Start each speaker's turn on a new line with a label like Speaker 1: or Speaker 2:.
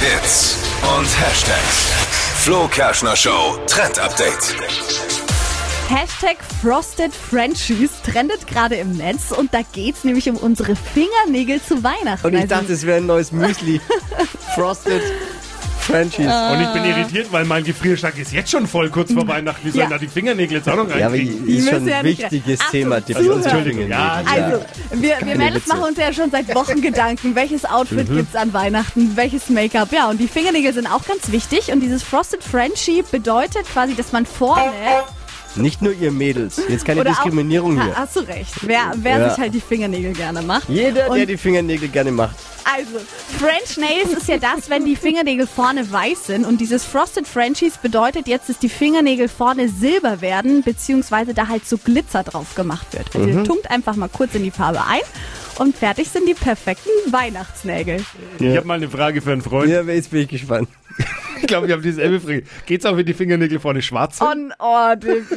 Speaker 1: Hits und Hashtags. Flo Kerschner Show Trend Update.
Speaker 2: Hashtag Frosted Frenchies trendet gerade im Netz und da geht's nämlich um unsere Fingernägel zu Weihnachten.
Speaker 3: Und ich
Speaker 2: Also,
Speaker 3: dachte, es wäre ein neues Müsli. Frosted Frenchies.
Speaker 2: Ah.
Speaker 3: Ja,
Speaker 4: Und ich bin irritiert, weil mein Gefrierschrank ist jetzt schon voll kurz vor Weihnachten. Wie sollen
Speaker 2: Ja.
Speaker 4: da die Fingernägel jetzt auch noch
Speaker 3: aber
Speaker 4: reinkriegen?
Speaker 3: ist schon
Speaker 2: müssen ja
Speaker 3: ein
Speaker 2: nicht
Speaker 3: wichtiges
Speaker 2: rein.
Speaker 3: Thema.
Speaker 2: Achtung,
Speaker 3: Die
Speaker 2: Zuhörer.
Speaker 3: Entschuldigung.
Speaker 4: Ja,
Speaker 2: also, wir, wir Mädels
Speaker 3: Witze.
Speaker 2: machen uns ja schon seit Wochen Gedanken, welches Outfit
Speaker 3: Mhm.
Speaker 2: gibt's an Weihnachten, welches Make-up. Ja, und die Fingernägel sind auch ganz wichtig. Und dieses Frosted Frenchie bedeutet quasi, dass man vorne
Speaker 3: Nicht nur ihr Mädels. Jetzt keine
Speaker 2: oder
Speaker 3: Diskriminierung
Speaker 2: auch, Ha,
Speaker 3: hier.
Speaker 2: Hast du recht. Wer, wer
Speaker 3: Ja.
Speaker 2: sich halt die Fingernägel gerne macht.
Speaker 3: Jeder,
Speaker 2: und
Speaker 3: der die Fingernägel gerne macht.
Speaker 2: Also, French Nails ist ja das, wenn die Fingernägel vorne weiß sind. Und dieses Frosted Frenchies bedeutet jetzt, dass die Fingernägel vorne silber werden, beziehungsweise da halt so Glitzer drauf gemacht wird. Also, ihr tunkt einfach mal kurz in die Farbe ein und fertig sind die perfekten Weihnachtsnägel.
Speaker 4: Ich habe mal eine Frage für einen Freund.
Speaker 3: Ja, aber jetzt bin ich gespannt.
Speaker 4: Ich glaube, ich habe dieselbe Frage. Geht's auch, wenn die Fingernägel vorne schwarz sind?
Speaker 2: On order.